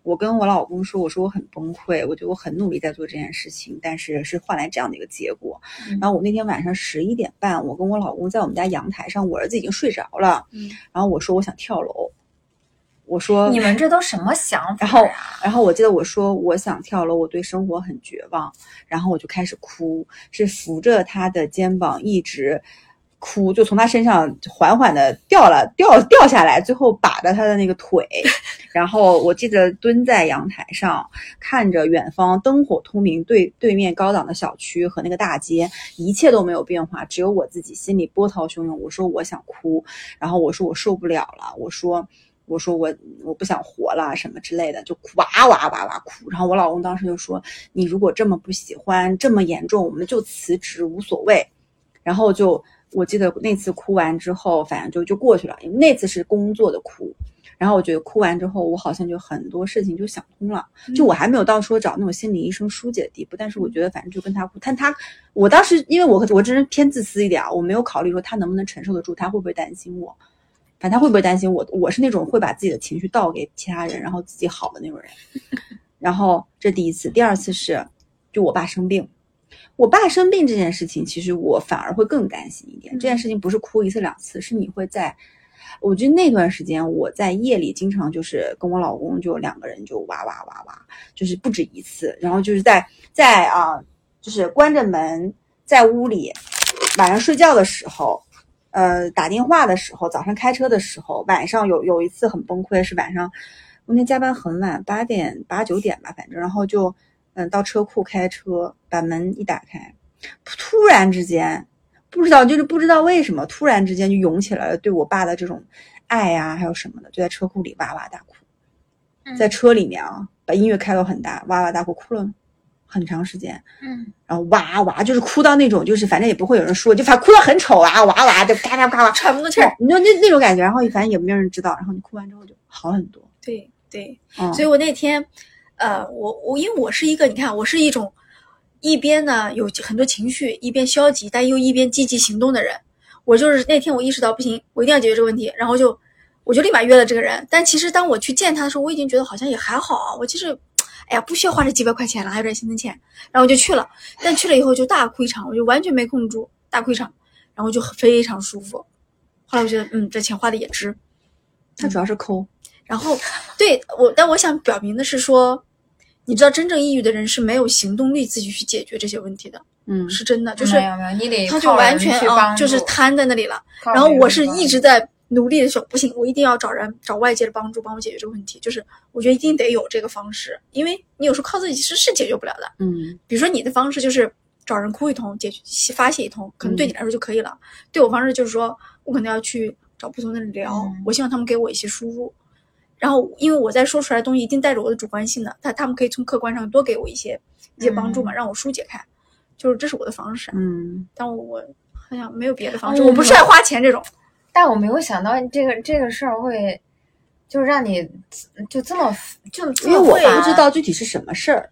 我跟我老公说，我说我很崩溃，我觉得我很努力在做这件事情，但是是换来这样的一个结果。
嗯
然后我那天晚上十一点半，我跟我老公在我们家阳台上，我儿子已经睡着了，
嗯
然后我说我想跳楼，我说
你们这都什么想法
嗯然
啊
后
呀、，
然后我记得我说我想跳楼，我对生活很绝望，然后我就开始哭，是扶着他的肩膀一直哭，就从他身上缓缓的掉了掉掉下来，最后把着他的那个腿，然后我记得蹲在阳台上看着远方灯火通明，对对面高档的小区和那个大街，一切都没有变化，只有我自己心里波涛汹涌。我说我想哭，然后我说我受不了了，我说我说我我不想活了什么之类的，就哭哇哇哇哇哭。然后我老公当时就说：“你如果这么不喜欢，这么严重，我们就辞职，无所谓。”然后就我记得那次哭完之后，反正就就过去了，因为那次是工作的哭。然后我觉得哭完之后，我好像就很多事情就想通了。就我还没有到说找那种心理医生疏解的地步，但是我觉得反正就跟他哭，但他我当时因为我我真是偏自私一点啊，我没有考虑说他能不能承受得住，他会不会担心我，反正他会不会担心我，我是那种会把自己的情绪倒给其他人，然后自己好的那种人。 然后这第一次，第二次是就我爸生病。我爸生病这件事情，其实我反而会更担心一点。
嗯
这件事情不是哭一次两次，是你会在，我觉得那段时间我在夜里经常就是跟我老公就两个人就哇哇哇哇，就是不止一次，然后就是在在啊，就是关着门在屋里，晚上睡觉的时候，呃，打电话的时候，早上开车的时候，晚上有有一次很崩溃，是晚上我那天加班很晚，八点八九点吧，反正，然后就嗯到车库开车，把门一打开，突然之间不知道就是不知道为什么，突然之间就涌起来了对我爸的这种爱呀、还有什么的，就在车库里哇哇大哭。在车里面啊，把音乐开到很大，哇哇大哭，哭了很长时间，
嗯，
然后哇哇就是哭到那种，就是反正也不会有人说，就反正哭到很丑啊，哇哇就嘎嘎嘎嘎，
喘不过气儿。
你就那那种感觉，然后反正也没有人知道，然后你哭完之后就好很多。
对对，
嗯，
所以我那天，呃，我我因为我是一个，你看我是一种一边呢有很多情绪，一边消极，但又一边积极行动的人。我就是那天我意识到不行，我一定要解决这个问题，然后就我就立马约了这个人。但其实当我去见他的时候，我已经觉得好像也还好啊，我其实。哎呀，不需要花这几百块钱了，还有点心疼钱，然后我就去了。但去了以后就大哭一场，我就完全没控制住，大哭一场，然后就非常舒服。后来我觉得，嗯，这钱花的也值。
他主要是抠，
然后，对我，但我想表明的是说，你知道，真正抑郁的人是没有行动力自己去解决这些问题的，
嗯，
是真的，就是
没有没有，你得
他就
靠人
完全
去
啊、
帮
就是
助，
瘫在那里了。
靠
然后
人
我
去
是
帮
一
助
直在努力的说，不行，我一定要找人找外界的帮助帮我解决这个问题。就是我觉得一定得有这个方式，因为你有时候靠自己是是解决不了的。
嗯
比如说你的方式就是找人哭一通，解决发泄一通，可能对
嗯
你来说就可以了。对我方式就是说我可能要去找不同的人聊，
嗯
我希望他们给我一些输入。然后，因为我在说出来的东西一定带着我的主观性的，但他们可以从客观上多给我一些一些帮助嘛，让我疏解开。就是这是我的方式啊，
嗯，
但我我好像没有别的方式，
哦
我不是爱花钱这种。
但我没有想到这个这个事儿会，就是让你就这么就这
因为
么
我
烦
不知道具体是什么事儿。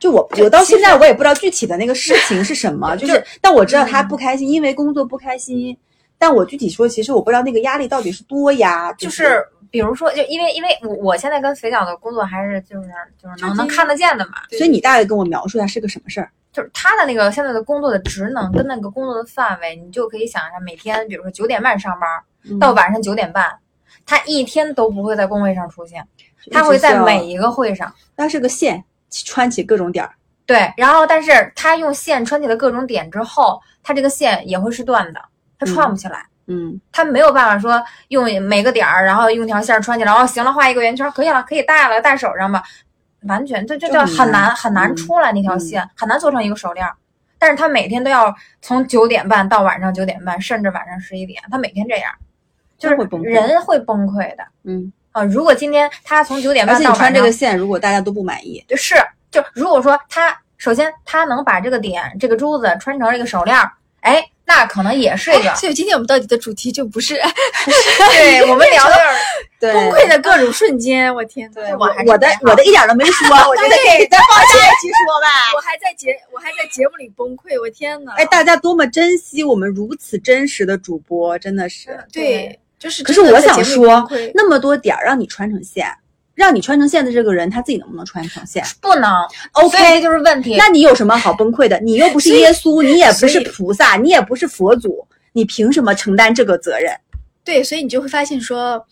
就我，
啊就
我到
其实
现在我也不知道具体的那个事情是什么，就，
就是嗯
但我知道他不开心，因为工作不开心。但我具体说，其实我不知道那个压力到底是多压，
就是是比如说，就因为因为我我现在跟肥脚的工作还是就是就是
就
能
是
能看得见的嘛，
对
所以你大概跟我描述一下是个什么事儿？
就是他的那个现在的工作的职能跟那个工作的范围，你就可以想一下，每天比如说九点半上班
嗯
到
嗯
晚上九点半，他一天都不会在工位上出现，他会在每，一个会上。
它是个线，穿起各种点儿。
对，然后但是他用线穿起了各种点之后，他这个线也会是断的，他串不起来。
嗯
他没有办法说用每个点儿，然后用条线儿穿起来，哦，行了，画一个圆圈，可以了，可以戴了，戴手上吧。完全，这这
就
叫
很
很
难
难很难
嗯
出来那条线，很难做成一个手链儿。但是他每天都要从九点半到晚上九点半，甚至晚上十一点，他每天这样，就
那
是
会崩溃
人会崩溃的
嗯，
啊！如果今天他从九点
而
半
且
到
你
晚上
穿这个线，如果大家都不满意，
就是，就如果说他首先他能把这个点这个珠子穿成这个手链儿，哎，那可能也是一个。
哎所以今天我们到底的主题就不是哎
对我们聊的
对
崩溃的各种瞬间，我天呐！
对
我
我
还
还是
我的
还好
我的一点都没说，我觉得
对
咱放下一期说吧。
我还在节我还在节目里崩溃，我天呐！
哎，大家多么珍惜我们如此真实的主播，真的是。
对，就是
可是
真的
我
在
想
节目里
说
崩溃，
那么多点儿让你穿成线，让你穿成线的这个人，他自己能不能穿成线
不能
？OK，
哦所以就是问题。
那你有什么好崩溃的？你又不是耶稣，你也不
所
是
以
菩萨，你也不是佛祖，你凭什么承担这个责任？
对，所以你就会发现说，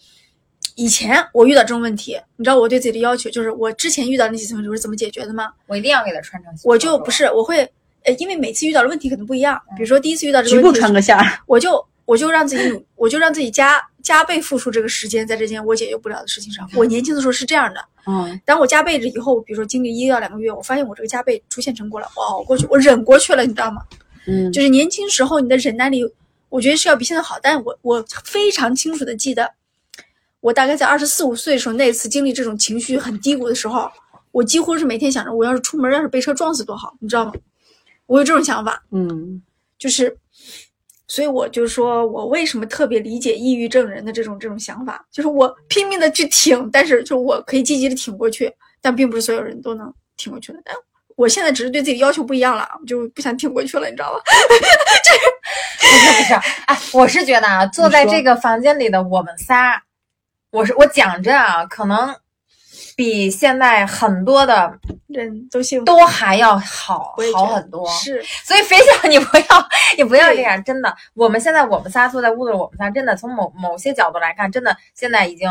以前我遇到这种问题，你知道我对自己的要求就是，我之前遇到那几次问题我是怎么解决的吗？
我一定要给他穿成西装
我
哦
就不是，我会呃，因为每次遇到的问题可能不一样，
嗯
比如说第一次遇到这个
局
问题
部
的时
穿
候
个线儿，
我就我就让自己努，我就让自己加加倍付出这个时间在这件我解决不了的事情上。我年轻的时候是这样的，
嗯，
当我加倍了以后，比如说经历一到两个月，我发现我这个加倍出现成果了，我熬过去，我忍过去了，你知道吗？
嗯，
就是年轻时候你的忍耐力，我觉得是要比现在好，但我我非常清楚的记得，我大概在二十四五岁的时候，那次经历这种情绪很低谷的时候，我几乎是每天想着，我要是出门要是被车撞死多好，你知道吗？我有这种想法，
嗯，
就是，所以我就说我为什么特别理解抑郁症人的这种这种想法，就是我拼命的去挺，但是就我可以积极的挺过去，但并不是所有人都能挺过去的。但我现在只是对自己要求不一样了，我就不想挺过去了，你知道吧？
不是不是，哎，我是觉得啊，坐在
你说
这个房间里的我们仨，我是我讲真啊，可能比现在很多的
人都幸福，
都还要好
我也觉
好
得
很多。
是
所以肥小，你不要，你不要
对
这样，真的。我们现在我们仨坐在屋子里，我们仨真的从某某些角度来看，真的现在已经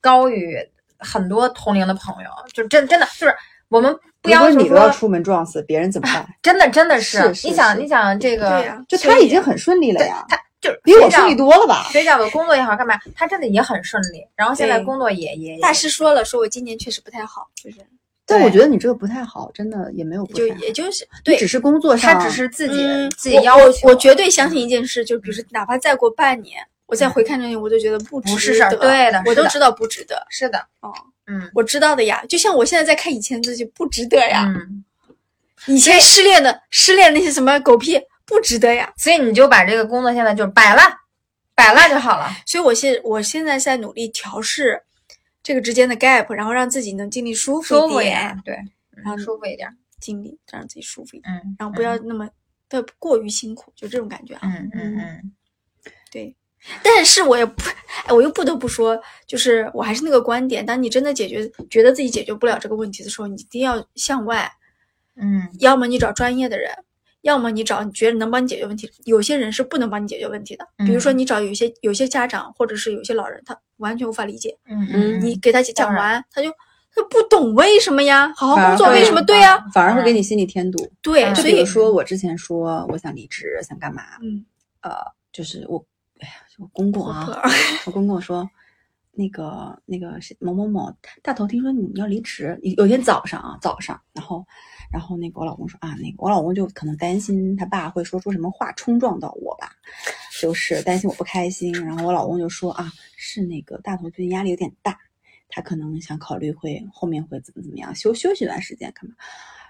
高于很多同龄的朋友，就真真的就是我们不
如
要
果
求
你都要
说，
出门撞死，别人怎么 办？
真的真的是，
是是
你想
是
你想这个，
对呀、
就他已经很顺利了
对
呀，
他就是
比我
肥皂
顺利多了吧？
学长的工作也好，干嘛，他真的也很顺利。然后现在
对
工作也也
大
也
师说了，说我今年确实不太好，就是
但
对
我觉得你这个不太好，真的也没有不
就
太好，
也就是
你
对
只。是工作上，
他只是自己、
嗯
自己要求
我我绝对相信一件事，就比如说，哪怕再过半年，我再回看这些，我都觉得不值得。
不是事儿对的
我
是
都
的
知道不值得。
是的，
哦，
嗯
我知道的呀，就像我现在在看以前自己，不值得呀。
嗯，
以前失恋的，失恋那些什么狗屁，不值得呀。
所以你就把这个工作现在就摆烂，摆烂就好了。
所以我现我现在是在努力调试这个之间的 gap，然后让自己嗯能尽力舒服
舒
一
服一
点
点，，对，
然后
舒服一点，
尽力让自己舒服一点，
嗯，
然后不要那么的过于辛苦，就这种感觉啊。
嗯，嗯嗯嗯，
对。但是我也不，哎，我又不得不说，就是我还是那个观点，当你真的解决觉得自己解决不了这个问题的时候，你一定要向外，
嗯，
要么你找专业的人，要么你找你觉得能帮你解决问题。有些人是不能帮你解决问题的，比如说
嗯
你找有些有些家长或者是有些老人，他完全无法理解，
嗯
嗯
你给他讲
当然
完，他就他不懂为什么呀，好好
反
工
而
作
会
为什么对呀、
反而会给你心理添堵。
对，
嗯
就
所
比
以
如说我之前说我想离职，想干嘛，
嗯，
就是我，哎呀，我公公
婆
啊，
婆
我公公说，那个那个谁某某某大头，听说你要离职，有一天早上啊，早上，然后然后那个我老公说啊，那个我老公就可能担心他爸会说出什么话冲撞到我吧，就是担心我不开心，然后我老公就说啊，是那个大头最近压力有点大，他可能想考虑会后面会怎么怎么样休休息一段时间干嘛，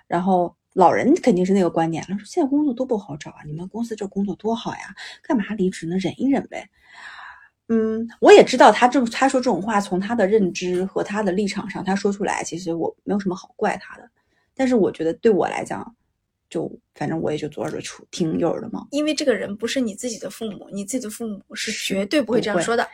然后。老人肯定是那个观点，他说现在工作多不好找啊，你们公司这工作多好呀，干嘛离职呢？忍一忍呗。嗯，我也知道他这他说这种话，从他的认知和他的立场上，他说出来，其实我没有什么好怪他的。但是我觉得对我来讲，就反正我也就左耳朵出听右耳朵嘛。
因为这个人不是你自己的父母，你自己的父母是绝对不会这样
不会
说的，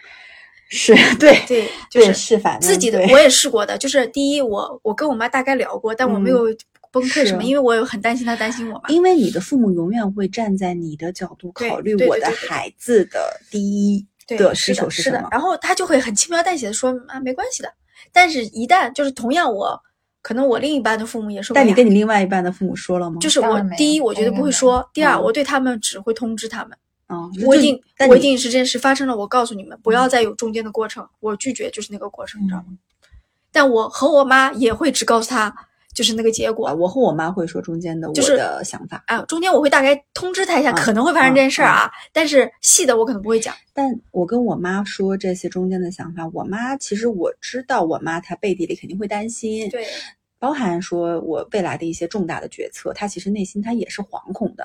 是 对，
对，就
对
是
是反正
自己的
对，
我也试过的，就是第一，我我跟我妈大概聊过，但我没
嗯
有崩溃什么，
是
因为我有很担心她担心我嘛。
因为你的父母永远会站在你的角度
对
考虑
对
我
对
的
对对
孩子的第一
对
的
是
需求
的，
是
是
什
的
么。。
然后他就会很轻描淡写的说啊，没关系的。但是，一旦就是同样我，可能我另一半的父母也是我俩，
但你跟你另外一半的父母说了吗？
就是
当
我
然没
第一，
有
我绝对
当
不
然
会
没
说；第二，
嗯
我对他们只会通知他们。
啊，
我一
就
定，
但
我一
你嗯
定是这件事发生了，我告诉你们，不要再有中间的过程，我拒绝就是那个过程，你知道吗？但我和我妈也会只告诉她就是那个结果
啊，。我和我妈会说中间的我
就是
的想法，
啊，中间我会大概通知他一下，
嗯
可能会发生这件事儿啊，但是细的我可能不会讲。
但我跟我妈说这些中间的想法，我妈其实我知道，我妈她背地里肯定会担心，，
对，
包含说我未来的一些重大的决策，她其实内心她也是惶恐的。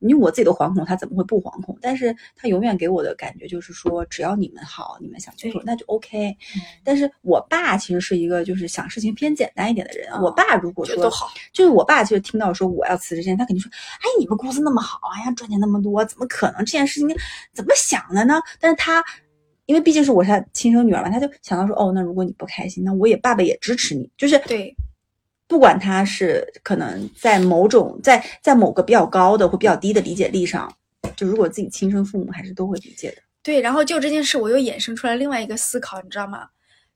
因为我自己都惶恐，她怎么会不惶恐？但是她永远给我的感觉就是说，只要你们好，你们想清楚，
对嗯
那就 OK。但是我爸其实是一个就是想事情偏简单一点的人，
啊
我爸如果
我觉
说
得都好。
就是我爸就是听到说我要辞职之前，他肯定说：“哎，你们啊公司那么好，哎呀，赚钱那么多，怎么可能这件事情怎么想的呢？”但是他因为毕竟是我是他亲生女儿嘛，他就想到说，哦，那如果你不开心，那我也爸爸也支持你，就是
对，
不管他是可能在某种在在某个比较高的或比较低的理解力上，就如果自己亲生父母还是都会理解的。
对，然后就这件事，我又衍生出来另外一个思考，你知道吗？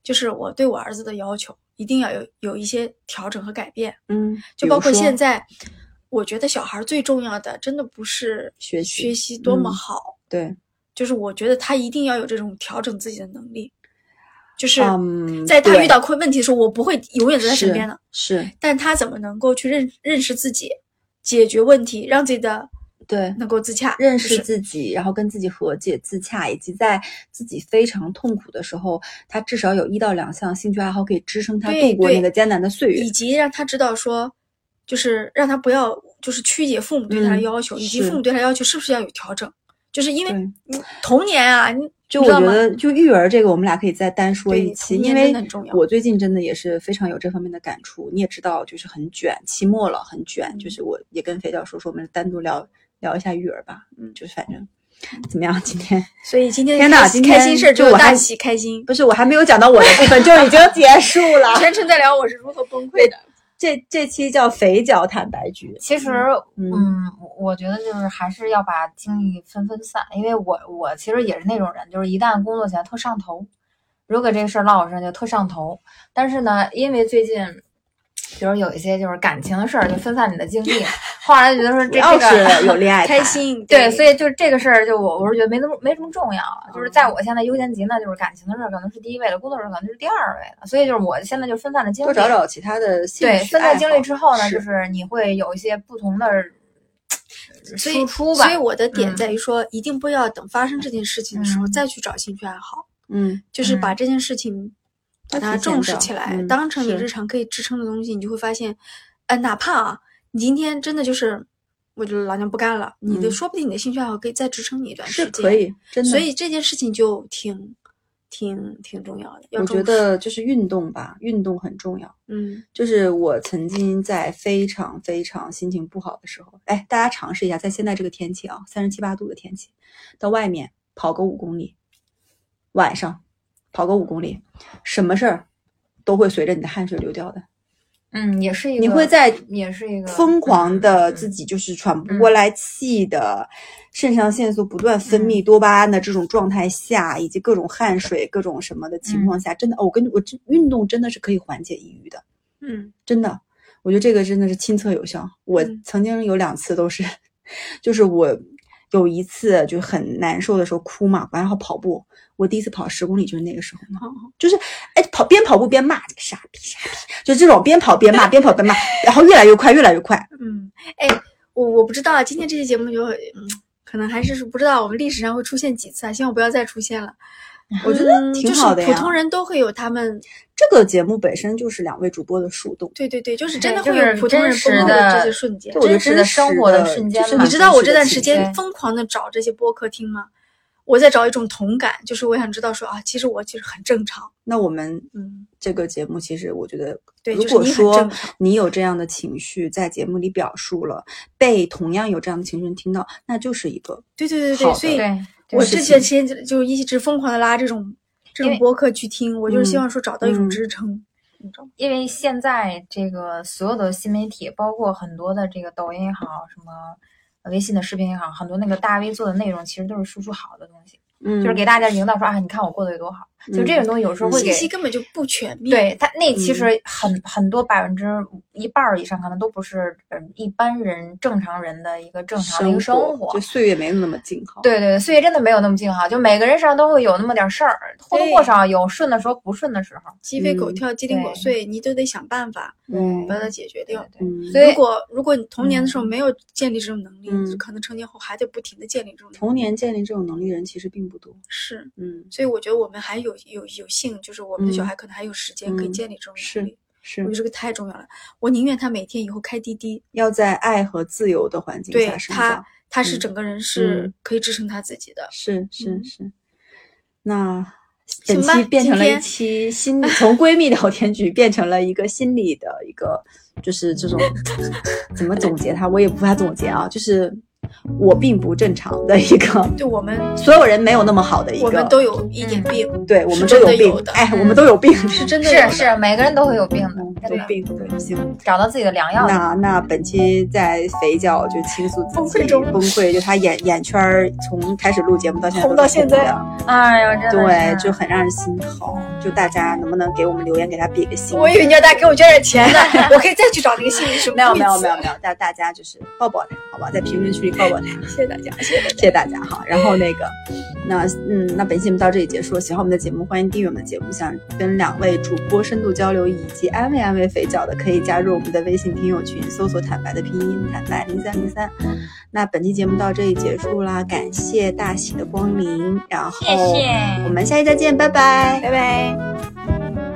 就是我对我儿子的要求一定要有有一些调整和改变，
嗯，
就包括现
在
在，我觉得小孩最重要的真的不是
学习
学习多么
嗯
好，
对，
就是我觉得他一定要有这种调整自己的能力，就是
嗯，
在他
对
遇到困问题的时候，我不会永远都在身边的，
是是
但他怎么能够去认认识自己，解决问题，让自己的
对。
能够自洽，
认
就
识
是
自己，然后跟自己和解、自洽，以及在自己非常痛苦的时候，他至少有一到两项兴趣爱好可以支撑他
对
度过那
对
个艰难的岁月
以。及让他知道说，就是让他不要就是曲解父母对他的
嗯
要求，以及
是
父母对他的要求是不是要有调整，就是因为
对
你童年啊，你
就
你知
我
道
觉
吗？
得，就育儿这个，我们俩可以再单说
对
一期，
童
因
年真
为
的很重要
我最近真的也是非常有这方面的感触。你也知道，就是很卷，期末了，很卷。就是
嗯
我也跟肥皂说说，我们单独聊聊一下育儿吧。嗯，就是反正怎么样，今天
所以今天
天哪
开心
今
开
天
心事儿只
就
有
我
大
还
喜开心，
不是我还没有讲到我的部分，就已经结束
嗯
了。
全程在聊我是如何崩溃的。
这这期叫肥皂坦白局，
其实，
嗯
嗯，我我觉得就是还是要把精力分分散，因为我我其实也是那种人，就是一旦工作起来特上头，如果这个事儿落我身上就特上头。但是呢，因为最近，比如有一些就是感情的事儿，就分散你的精力。后来觉得说
主
这
要
这
哦是
个
有恋 爱
开
谈，
心，
对，所
以
以就是这个事儿，就我我是觉得没那么没什么重要了。就是在我现在优先级呢，就是感情的事儿可能是第一位的，工作事儿可能是第二位的。所以就是我现在就分散了精力，
多找找其他的兴
对，
趣
分
爱
散精力
好
之后呢，就是是你会有一些不同的
所
输
以
出吧
所以。我的点
嗯
在于说，一定不要等发生这件事情的时候
嗯
再去找兴趣爱好，
嗯，
就是
嗯
把这件事情把
要
它
提前
重视
找
起来，
嗯
当成你
是
日常可以支撑的东西，你就会发现，呃，哪怕啊，你今天真的就是，我就老娘不干了，你的
嗯
说不定你的兴趣爱好可以再支撑你一段时
是
间，
可，以，真的。
所以这件事情就挺挺挺重要的，要
我
重
觉
视，
得就是运动吧，运动很重要。
嗯，
就是我曾经在非常非常心情不好的时候，哎，大家尝试一下，在现在这个天气啊，三十七八度的天气，到外面跑个五公里，晚上跑个五公里，什么事儿都会随着你的汗水流掉的。
嗯，也是一个，
你会在
也是一个嗯
疯狂的自
己。
己就是喘不过来气的，肾上腺素不断分泌
嗯
多巴胺的这种状态下，以及各种汗水、各种什么的情
嗯
况下，真的，哦我跟你我真运动真的是可以缓解抑郁的，
嗯，
真的，我觉得这个真的是亲测有效。我
嗯
曾经有两次都是， 就是我有一次就很难受的时候哭嘛，然后跑步，我第一次跑十公里就是那个时候嘛，
好，
就是哎跑边跑步边骂这个傻逼傻逼，就这种边跑边骂边跑边骂，然后越来越快越来越快，
嗯，哎，我我不知道啊，今天这期节目就嗯，可能还是不知道我们历史上会出现几次啊，希望不要再出现了。
我觉得
嗯
嗯
就
挺
是
好的呀。
普通人都会有他们，
这个节目本身就是两位主播的树洞，
对对对，就是真的
对
会
就是
有普通人
真实
崩溃的
的
这些瞬间
对。我觉得
嗯真实的生活的
真实的
瞬间
就是
吧
你知道我这段时
真实
间
的
疯狂的找这些播客听吗？我在找一种同感，就是我想知道说啊，其实我其实很正常，
那我们
嗯，
这个节目其实我觉得，
对
如
就是
果
你很
说
正常
你有这样的情绪在节目里表述了，被同样有这样的情绪人听到，那就是一个
对对对
好
对，
的
所以
对，
我
是
这
情
段时间就就一直疯狂的拉这种这
因
种
为
播客去听，我就是希
嗯
望说找到一种
嗯
支撑，你知道吗？
因为现在这个所有的新媒体，包括很多的这个抖音也好，什么微信的视频也好，很多那个大 V 做的内容，其实都是输出好的东西，
嗯，
就是给大家营造说啊，你看我过得有多好。就这种东西，有时候会给
嗯信息根本就不全面。
对它那其实很、很多百分之一半儿以上，可能都不是嗯一般人正常人的一个正常的一
生
个生活。
就岁月没有那么静好。，
对对对，岁月真的没有那么静好，就每个人身上都会有那么点儿事儿，或多
对
或少有顺的时候，不顺的时候。
鸡飞狗
嗯
跳、鸡零狗
对
碎，你都得想办法
嗯
把它解决掉。
对
嗯，
所以
如果如果你童年的时候没有建立这种能力，
嗯
就可能成年后还得不停的建立这种能力。
童年建立这种能力的人其实并不多。
是，
嗯，
所以我觉得我们还有有有幸，就是我们的小
嗯
孩可能还有时间可以
嗯
建立这种
是
能力。我
是
觉得这个太重要了，我宁愿他每天以后开滴滴，
要在爱和自由的环境
对
下生
他
长。
他是
嗯
整个人是
嗯
可以支撑他自己的。
是是
嗯
是，那
行
本
吧
期变
今
成了一
天
期心理，从闺蜜聊天局变成了一个心理 的一个，就是这种怎么总结它，我也不怕总结啊，就是我并不正常的一个，
对我们，
所有人没有那么好的一个，嗯
我们都有一点病，
对我们
是真
都有
的
病，
有的
哎，
嗯
我们都 有病，
是真的有
是
的
是，每个人都会有病的，
嗯都
啊
真的
病，对，行。
找到自己的良药。
那那本期在肥脚就倾诉
崩
自
溃
己
中
崩溃，就他眼眼圈儿从开始录节目到现在啊
红到
都是
现在
红的
哎呀，真的
啊
对，
是
就很让人心疼。就大家能不能给我们留言，给他比个心？
我以为你要大家给我捐点钱呢，我可以再去找那个心理什么
没有没有没有没有，大大家就是抱抱他，好吧，在评论区里抱抱他，
谢谢大家，谢谢大家。
谢谢大家哈。然后那个，那嗯，那本期节目到这里结束了。喜欢我们的节目，欢迎订阅我们的节目。想跟两位主播深度交流以及安慰安慰肥脚的，可以加入我们的微信听友群，搜索“坦白”的拼音“坦白零三零三”。那本期节目到这里结束啦，感谢大喜的光临，然后哦我们下期再见，拜拜，拜拜。